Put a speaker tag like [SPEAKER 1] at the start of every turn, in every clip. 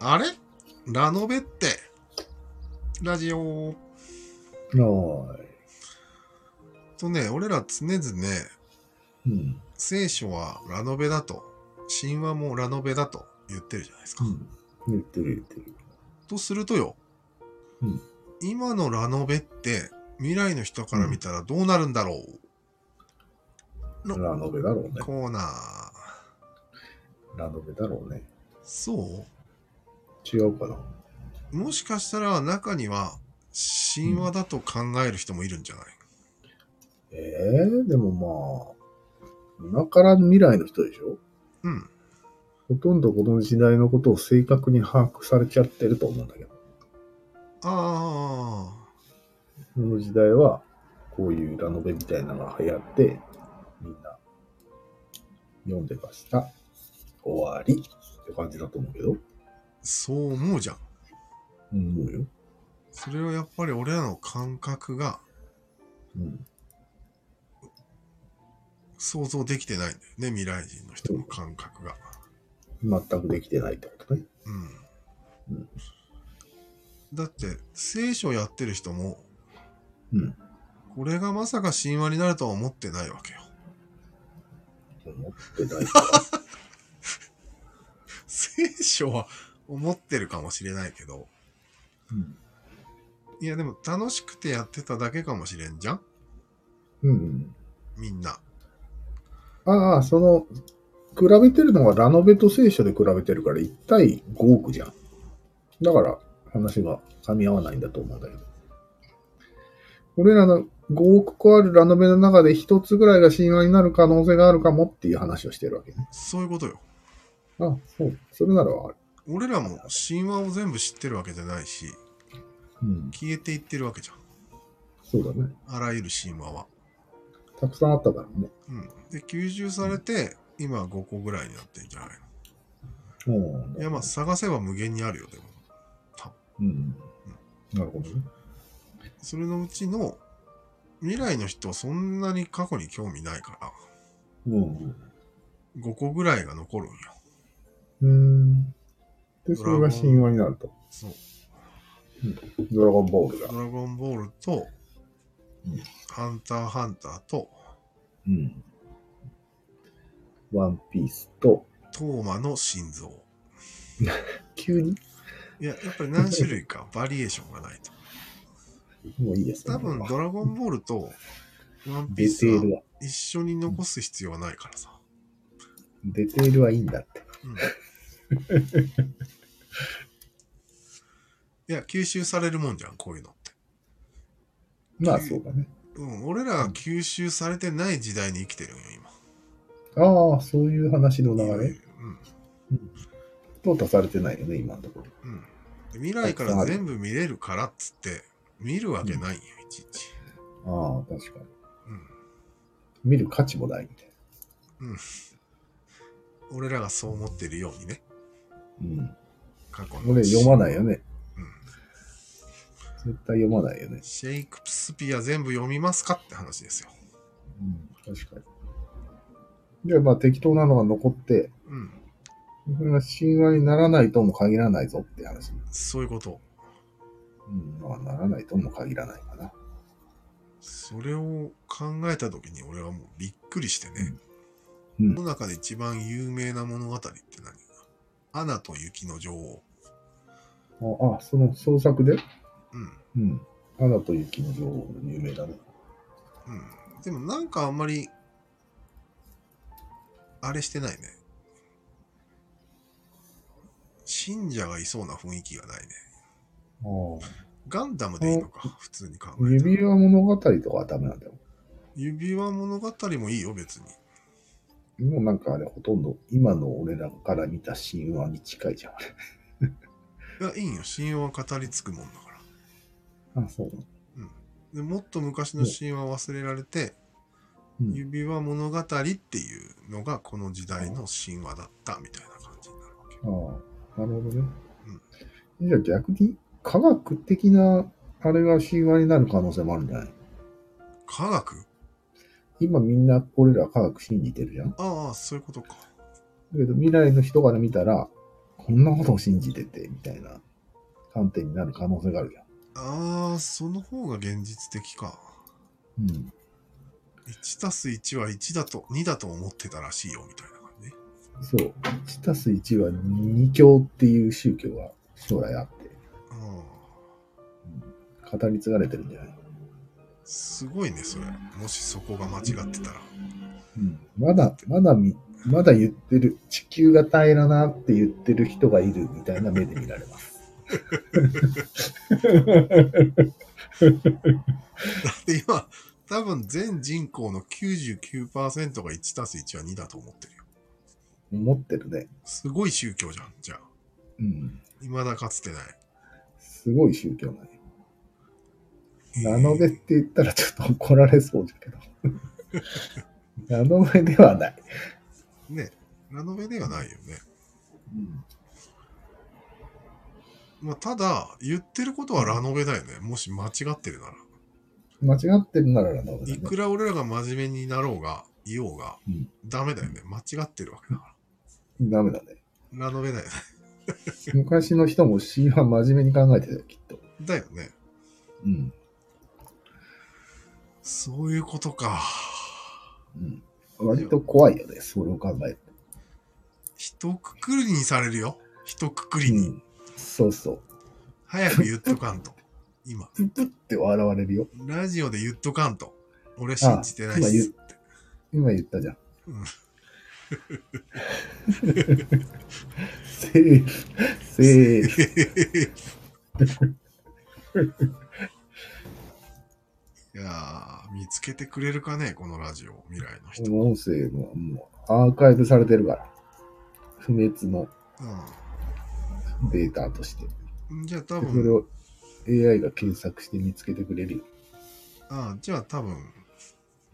[SPEAKER 1] あれラノベって。ラジオ。
[SPEAKER 2] は
[SPEAKER 1] とね、俺ら常々ね、
[SPEAKER 2] い。うん。
[SPEAKER 1] 聖書はラノベだと、神話もラノベだと言ってるじゃないですか。
[SPEAKER 2] 言ってる言ってる。
[SPEAKER 1] とするとよ、
[SPEAKER 2] うん
[SPEAKER 1] 今のラノベって未来の人から見たらどうなるんだろう、の
[SPEAKER 2] ラノベだろうね。
[SPEAKER 1] コーナー。
[SPEAKER 2] ラノベだろうね。
[SPEAKER 1] そ
[SPEAKER 2] 違うかな。
[SPEAKER 1] うもしかしたら中には神話だと考える人もいるんじゃない、
[SPEAKER 2] ええでもまあ、今から未来の人でしょ
[SPEAKER 1] うん。
[SPEAKER 2] ほとんどこの時代のことを正確に把握されちゃってると思うんだけど。
[SPEAKER 1] あ
[SPEAKER 2] この時代は、こういうラノベみたいなのが流行って、みんな読んでました。終わりって感じだと思うけど。
[SPEAKER 1] あ、そう思うじゃん。
[SPEAKER 2] うん、思うよ。
[SPEAKER 1] それはやっぱり俺らの感覚が
[SPEAKER 2] うん。
[SPEAKER 1] 想像できてないんだよね、未来人の人の感覚が。
[SPEAKER 2] 全くできてないってことね。
[SPEAKER 1] う
[SPEAKER 2] うんん。
[SPEAKER 1] だって、聖書やってる人も、
[SPEAKER 2] うん。
[SPEAKER 1] これがまさか神話になるとは思ってないわけよ。
[SPEAKER 2] 思ってないから。
[SPEAKER 1] 聖書は思ってるかもしれないけど、
[SPEAKER 2] うん
[SPEAKER 1] いやでも楽しくてやってただけかもしれんじゃん
[SPEAKER 2] うん
[SPEAKER 1] みんな。
[SPEAKER 2] うん。ああ、その、比べてるのはラノベと聖書で比べてるから1対5億じゃん。だから話が噛み合わないんだと思うんだけど。俺らの5億個あるラノベの中で1つぐらいが神話になる可能性があるかもっていう話をしてるわけね。
[SPEAKER 1] そういうことよ。
[SPEAKER 2] あそう。それならわかる。
[SPEAKER 1] 俺らも神話を全部知ってるわけじゃないし、
[SPEAKER 2] うん。
[SPEAKER 1] 消えていってるわけじゃん。
[SPEAKER 2] そうだね。
[SPEAKER 1] あらゆる神話は。
[SPEAKER 2] たくさんあったからね。
[SPEAKER 1] うん。で、吸収されて、今5個ぐらいになってんじゃないの
[SPEAKER 2] うん。
[SPEAKER 1] いや、まあ探せば無限にあるよ、でも。
[SPEAKER 2] うん。なるほどね。
[SPEAKER 1] それのうちの未来の人はそんなに過去に興味ないから
[SPEAKER 2] うん。
[SPEAKER 1] 5個ぐらいが残るんよ
[SPEAKER 2] うん。で、それが神話になると。
[SPEAKER 1] そう
[SPEAKER 2] ドラゴンボールが。
[SPEAKER 1] ドラゴンボールと
[SPEAKER 2] うん
[SPEAKER 1] ハンターハンターと
[SPEAKER 2] うん。ワンピースと、
[SPEAKER 1] トーマの心臓
[SPEAKER 2] 急に
[SPEAKER 1] いややっぱり何種類 かバリエーションがないと
[SPEAKER 2] もういいですね。
[SPEAKER 1] 多分
[SPEAKER 2] これ
[SPEAKER 1] ド
[SPEAKER 2] は
[SPEAKER 1] ラゴンボールとワンピー
[SPEAKER 2] デ
[SPEAKER 1] ス
[SPEAKER 2] テ
[SPEAKER 1] は
[SPEAKER 2] ールは、
[SPEAKER 1] 一緒に残す必要はないからさ、
[SPEAKER 2] デテールはいいんだって。
[SPEAKER 1] うん、いや吸収されるもんじゃんこういうのって
[SPEAKER 2] まあそうだね。
[SPEAKER 1] うん、俺らが吸収されてない時代に生きてるんよ、
[SPEAKER 2] ああ、そういう話の
[SPEAKER 1] 今。
[SPEAKER 2] 流れ。
[SPEAKER 1] うん、
[SPEAKER 2] 淘汰されてないよね、今のところ。
[SPEAKER 1] うん。で未来から全部見れるからっつって、見るわけないんよ、いちいち。
[SPEAKER 2] ああ、確かに。
[SPEAKER 1] う
[SPEAKER 2] 見る価値もないみたい
[SPEAKER 1] ん。俺らがそう思ってるようにね、
[SPEAKER 2] な。
[SPEAKER 1] 過去
[SPEAKER 2] うん。
[SPEAKER 1] の。
[SPEAKER 2] 俺読まないよ
[SPEAKER 1] ね。
[SPEAKER 2] ね。絶対読まないよね。
[SPEAKER 1] シェイクスピア全部読みますかって話ですよ。
[SPEAKER 2] うん、確かに。で、まあ適当なのが残って、
[SPEAKER 1] うん。
[SPEAKER 2] これが神話にならないとも限らないぞって話。
[SPEAKER 1] そういうこと。
[SPEAKER 2] うん、まあならないとも限らないかな。
[SPEAKER 1] それを考えた時に俺はもうびっくりしてね。
[SPEAKER 2] うん
[SPEAKER 1] この中で一番有名な物語って何アナと雪の女王。
[SPEAKER 2] ああ、その創作で
[SPEAKER 1] うん。
[SPEAKER 2] うん。アナと雪の女王の有名だね。
[SPEAKER 1] うんでもなんかあんまり、あれしてないね。信者がいそうな雰囲気がないね。ガンダムでいいのか、普通に考えたら
[SPEAKER 2] 指輪物語とかはダメなんだよ。
[SPEAKER 1] 指輪物語もいいよ、別に。
[SPEAKER 2] もうなんかあれほとんど今の俺らから見た神話に近いじゃん、あれ。
[SPEAKER 1] いや、いいんよ。神話は語りつくもんだから。
[SPEAKER 2] あ、そう
[SPEAKER 1] でもっと昔の神話忘れられて、
[SPEAKER 2] うん
[SPEAKER 1] 指輪物語っていうのがこの時代の神話だったみたいな感じになるわけ。
[SPEAKER 2] ああ、なるほどね。じゃあ逆に科学的なあれが神話になる可能性もあるんじゃない
[SPEAKER 1] 科学
[SPEAKER 2] 今みんな俺ら科学信じてるじゃん
[SPEAKER 1] ああ、そういうことか。
[SPEAKER 2] だけど未来の人から見たら、こんなことを信じてて、みたいな観点になる可能性があるじゃん。
[SPEAKER 1] ああ、その方が現実的か。
[SPEAKER 2] うん。
[SPEAKER 1] 1たす1は1だと、2だと思ってたらしいよ、みたいな感じね。
[SPEAKER 2] そう。1たす1は2教っていう宗教が将来あって、
[SPEAKER 1] うん。
[SPEAKER 2] 語り継がれてるんじゃない
[SPEAKER 1] すごいね、それ。もしそこが間違ってたら。
[SPEAKER 2] うん。まだ、まだみ、まだ言ってる、地球が平らなって言ってる人がいるみたいな目で見られます。
[SPEAKER 1] だって今、多分全人口の99%が1たす1は2だと思ってるよ。
[SPEAKER 2] 思ってるね。
[SPEAKER 1] すごい宗教じゃん、じゃあ。
[SPEAKER 2] うん。
[SPEAKER 1] 未だかつてない。
[SPEAKER 2] すごい宗教だね。ナノベって言ったらちょっと怒られそうだけど。 ナノベではない。
[SPEAKER 1] ね、ラノベではないよね。
[SPEAKER 2] うん、
[SPEAKER 1] まあ、ただ、言ってることはラノベだよね。もし間違ってるなら。
[SPEAKER 2] 間違ってるならナノベ
[SPEAKER 1] い
[SPEAKER 2] だね
[SPEAKER 1] く。ら俺らが真面目になろうが、いようが
[SPEAKER 2] うん、
[SPEAKER 1] ダメだよね。間違ってるわけだか
[SPEAKER 2] ダメだね。
[SPEAKER 1] ら。ラノベだよね。
[SPEAKER 2] 昔の人も C は真面目に考えてたよ、きっと。
[SPEAKER 1] だよね。
[SPEAKER 2] うん。
[SPEAKER 1] そういうことか。
[SPEAKER 2] うん。割と怖いよね、それを考えて。
[SPEAKER 1] 一括りにされるよ。一括りに。
[SPEAKER 2] うんそうそう。
[SPEAKER 1] 早く言っとかんと。今。
[SPEAKER 2] ププって笑われるよ。
[SPEAKER 1] ラジオで言っとかんと。俺信じてないっ
[SPEAKER 2] あ今言
[SPEAKER 1] す
[SPEAKER 2] う。今言ったじゃん
[SPEAKER 1] うん。
[SPEAKER 2] セーフ、セーフ。
[SPEAKER 1] いやー、見つけてくれるかね、このラジオ、未来の人。
[SPEAKER 2] この音声ももうアーカイブされてるから。不滅のデータとして。
[SPEAKER 1] うん。じゃあ多
[SPEAKER 2] でそれ
[SPEAKER 1] 分、
[SPEAKER 2] を AI が検索して見つけてくれるよ。
[SPEAKER 1] あーじゃあ多分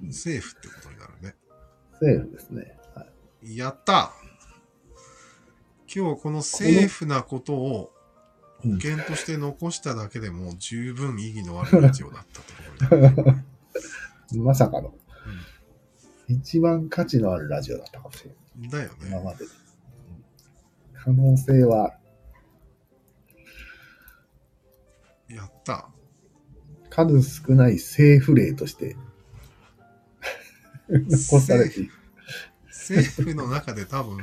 [SPEAKER 2] う、ん
[SPEAKER 1] セーフってことになるね。
[SPEAKER 2] セーフですね。はい、
[SPEAKER 1] やった今日はこのセーフなことを
[SPEAKER 2] うん
[SPEAKER 1] 保険として残しただけでも十分意義のあるラジオだったところだね
[SPEAKER 2] まさかの、一番価値のあるラジオだったかもしれない。
[SPEAKER 1] だよ
[SPEAKER 2] 今
[SPEAKER 1] ね。
[SPEAKER 2] までで。可能性はある、
[SPEAKER 1] やった。
[SPEAKER 2] 数少ないセーフ例として残されている。
[SPEAKER 1] セーフの中で多分、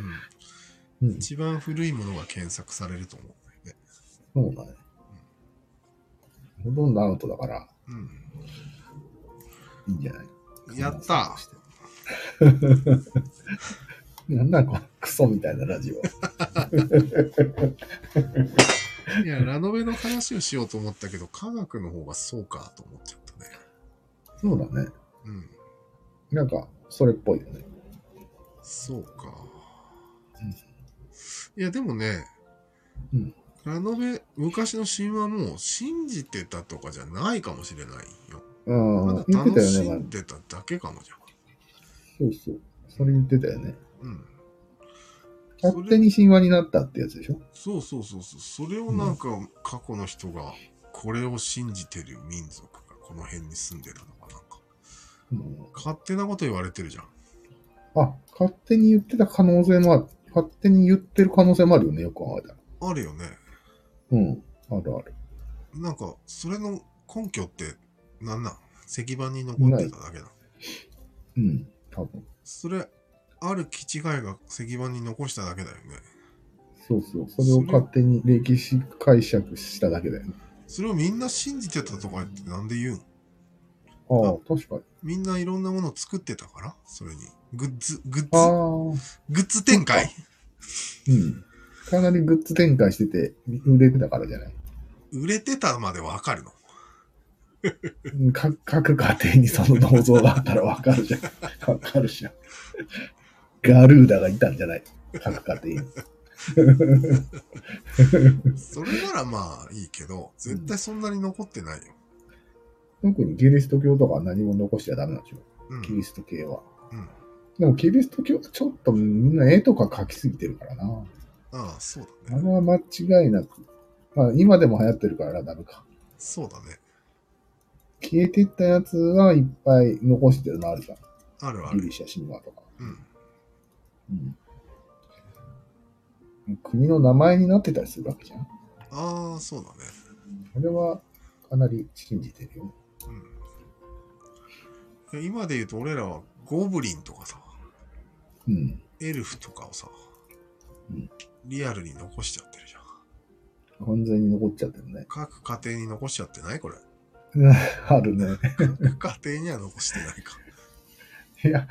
[SPEAKER 2] うん、
[SPEAKER 1] 一番古いものが検索されると思うんだよね。
[SPEAKER 2] そうだね。ほとんどアウトだから、
[SPEAKER 1] う
[SPEAKER 2] いいんじゃない
[SPEAKER 1] ん。やった
[SPEAKER 2] なんだこのクソみたいなラジオ。
[SPEAKER 1] いや、ラノベの話をしようと思ったけど、科学の方がそうかと思っちゃったね。
[SPEAKER 2] そうだね。
[SPEAKER 1] うん。
[SPEAKER 2] なんか、それっぽいよね。
[SPEAKER 1] そうか
[SPEAKER 2] うん。
[SPEAKER 1] いや、でもね、
[SPEAKER 2] うん
[SPEAKER 1] ラノベ、昔の神話も信じてたとかじゃないかもしれないよ。
[SPEAKER 2] う
[SPEAKER 1] ただ。楽
[SPEAKER 2] ん言ってた
[SPEAKER 1] し
[SPEAKER 2] よね、前
[SPEAKER 1] ん。でただけかもじゃん。
[SPEAKER 2] そうそう。それ言ってたよね。
[SPEAKER 1] うん。
[SPEAKER 2] 勝手に神話になったってやつでしょ
[SPEAKER 1] そうそうそうそう。それをなんか過去の人が、これを信じてる民族がこの辺に住んでたのかなんか。
[SPEAKER 2] うん。
[SPEAKER 1] 勝手なこと言われてるじゃん。
[SPEAKER 2] あ、勝手に言ってた可能性もある。勝手に言ってる可能性もあるよね、よく考えたら。
[SPEAKER 1] あるよね。
[SPEAKER 2] うん。あるある。
[SPEAKER 1] なんか、それの根拠ってなんなん石板に残ってただけだ。
[SPEAKER 2] うん。多分。
[SPEAKER 1] それ、ある気違いが石板に残しただけだよね。
[SPEAKER 2] そうそう。それを勝手に歴史解釈しただけだよね。
[SPEAKER 1] それをみんな信じてたとかってなんで言うん
[SPEAKER 2] ああ
[SPEAKER 1] あ、
[SPEAKER 2] 確かに。
[SPEAKER 1] みんないろんなものを作ってたからそれに。グッズ、グ
[SPEAKER 2] あ
[SPEAKER 1] ッズ、
[SPEAKER 2] あ。
[SPEAKER 1] グッズ展開
[SPEAKER 2] うん。かなりグッズ展開してて、売れてたからじゃない
[SPEAKER 1] 売れてたまでわかるの
[SPEAKER 2] うんか各家庭にその銅像があったらわかるじゃん。わかるじゃん。ガルーダがいたんじゃない各家庭に。
[SPEAKER 1] それならまあいいけど、絶対そんなに残ってないよ。
[SPEAKER 2] 特にキリスト教とかは何も残しちゃダメなんでしょ
[SPEAKER 1] う
[SPEAKER 2] キリ
[SPEAKER 1] ん。
[SPEAKER 2] スト系は。
[SPEAKER 1] うん。
[SPEAKER 2] でもキリスト教はちょっとみんな絵とか描きすぎてるからな。
[SPEAKER 1] ああ、そう
[SPEAKER 2] あ
[SPEAKER 1] だね。
[SPEAKER 2] れは間違いなく。まあ今でも流行ってるからダメか。
[SPEAKER 1] そうだね。
[SPEAKER 2] 消えてったやつはいっぱい残してるのあるじゃ
[SPEAKER 1] あるあ
[SPEAKER 2] ん。ギ
[SPEAKER 1] る。
[SPEAKER 2] リシャ神話とか。
[SPEAKER 1] うん。
[SPEAKER 2] うん国の名前になってたりするわけじゃん。
[SPEAKER 1] ああ、そうだね。
[SPEAKER 2] あれはかなり信じてるよね。
[SPEAKER 1] うんいや。今で言うと俺らはゴブリンとかさ、
[SPEAKER 2] うん。
[SPEAKER 1] エルフとかをさ、
[SPEAKER 2] うん
[SPEAKER 1] リアルに残しちゃってるじゃん。
[SPEAKER 2] 完全に残っちゃってるね。
[SPEAKER 1] 各家庭に残しちゃってないこれ。
[SPEAKER 2] あるね。
[SPEAKER 1] 各家庭には残してないか。
[SPEAKER 2] いや、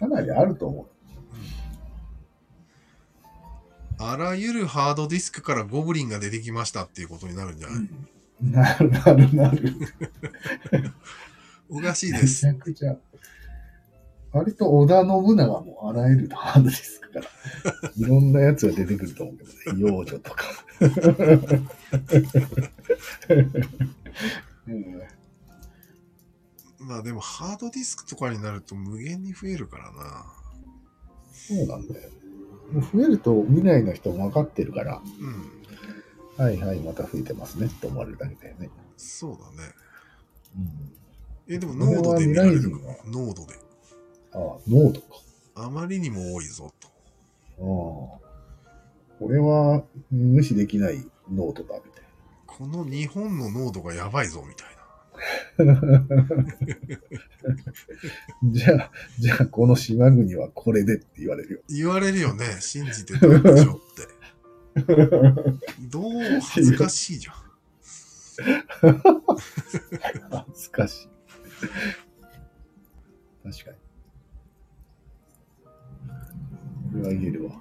[SPEAKER 2] かなりあると思
[SPEAKER 1] あらゆるハードディスクからゴブリンが出てきましたっていうことになるんじゃ
[SPEAKER 2] う。
[SPEAKER 1] ない、
[SPEAKER 2] なるなるなる。
[SPEAKER 1] おかしい
[SPEAKER 2] め
[SPEAKER 1] で
[SPEAKER 2] ち
[SPEAKER 1] す。
[SPEAKER 2] ゃくちゃ。割と織田信長もあらゆるハードディスク から、いろんなやつが出てくると思うけどね、幼女 とか。うん
[SPEAKER 1] まあでもハードディスクとかになると無限に増えるからな。
[SPEAKER 2] そうなんだよ。もう増えると未来の人も分かってるから、
[SPEAKER 1] うん。
[SPEAKER 2] はいはい、また増えてますねって思われるだけだよね。
[SPEAKER 1] そうだね。
[SPEAKER 2] うん、
[SPEAKER 1] え、でも濃度で見られるか
[SPEAKER 2] これは未来
[SPEAKER 1] 濃度で。
[SPEAKER 2] ああ、濃度か。
[SPEAKER 1] あまりにも多いぞと。
[SPEAKER 2] ああ。これは無視できない濃度だ、みたいな。
[SPEAKER 1] この日本の濃度がやばいぞみたいな。
[SPEAKER 2] じゃあ、じゃあこの島国はこれでって言われるよ。
[SPEAKER 1] 言われるよね。信じてたんでしょって。 どう恥ずかしいじゃん。
[SPEAKER 2] 恥ずかしい。確かに。これは言えるわ。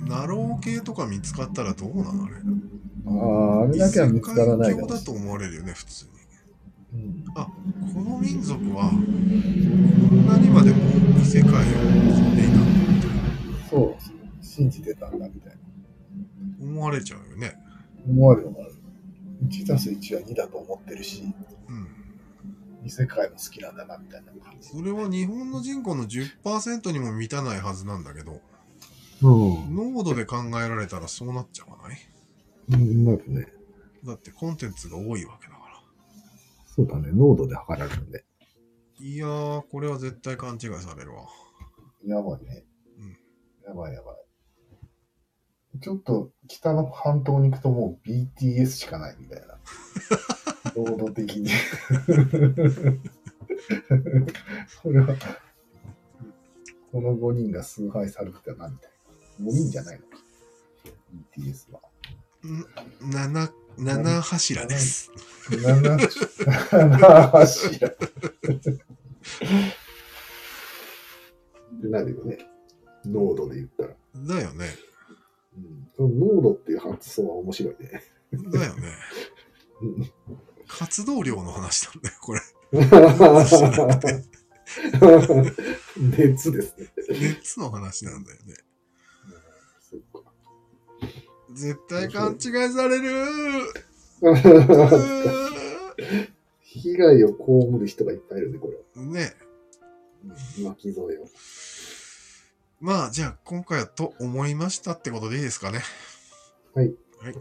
[SPEAKER 1] ナロー系とか見つかったらどうなのあれ。
[SPEAKER 2] ああ、あれだけは見つからない
[SPEAKER 1] 異世界教
[SPEAKER 2] だろう
[SPEAKER 1] だ
[SPEAKER 2] し
[SPEAKER 1] と思われるよね、普通に。
[SPEAKER 2] うん
[SPEAKER 1] この民族は、こんなにまでも異世界を望んでいたんだって
[SPEAKER 2] そう、信じてたんだみたいな。
[SPEAKER 1] 思われちゃうよね。
[SPEAKER 2] 思われる思われる。1たす1は2だと思ってるし、
[SPEAKER 1] うん。
[SPEAKER 2] 異世界も好きなんだなみたいな感じ。
[SPEAKER 1] それは日本の人口の10%にも満たないはずなんだけど、
[SPEAKER 2] うん。
[SPEAKER 1] 濃度で考えられたらそうなっちゃわない
[SPEAKER 2] うん、なんかね、
[SPEAKER 1] だってコンテンツが多いわけだから。
[SPEAKER 2] そうだね、濃度で測られるんで。
[SPEAKER 1] いやー、これは絶対勘違いされるわ。
[SPEAKER 2] やばいね。
[SPEAKER 1] うん
[SPEAKER 2] やばいやばい。ちょっと北の半島に行くともう BTS しかないみたい な。労働的に。これは、この5人が崇拝されてたなみたいな。5人じゃないのか。BTS は。
[SPEAKER 1] 7、7柱です。
[SPEAKER 2] 7 柱。ってなるよね。濃度で言ったら。
[SPEAKER 1] だよね。
[SPEAKER 2] うん、その濃度っていう発想は面白いね。
[SPEAKER 1] だよね。
[SPEAKER 2] うん
[SPEAKER 1] 活動量の話なんだよ、これ。
[SPEAKER 2] 熱ですね。
[SPEAKER 1] 熱の話なんだよね。
[SPEAKER 2] そっか
[SPEAKER 1] 絶対勘違いされるー
[SPEAKER 2] 被害を被る人がいっぱいいるね、これは。
[SPEAKER 1] ね
[SPEAKER 2] うん巻き添えを。
[SPEAKER 1] まあじゃあ今回はと思いましたってことでいいですかね
[SPEAKER 2] はい。
[SPEAKER 1] はい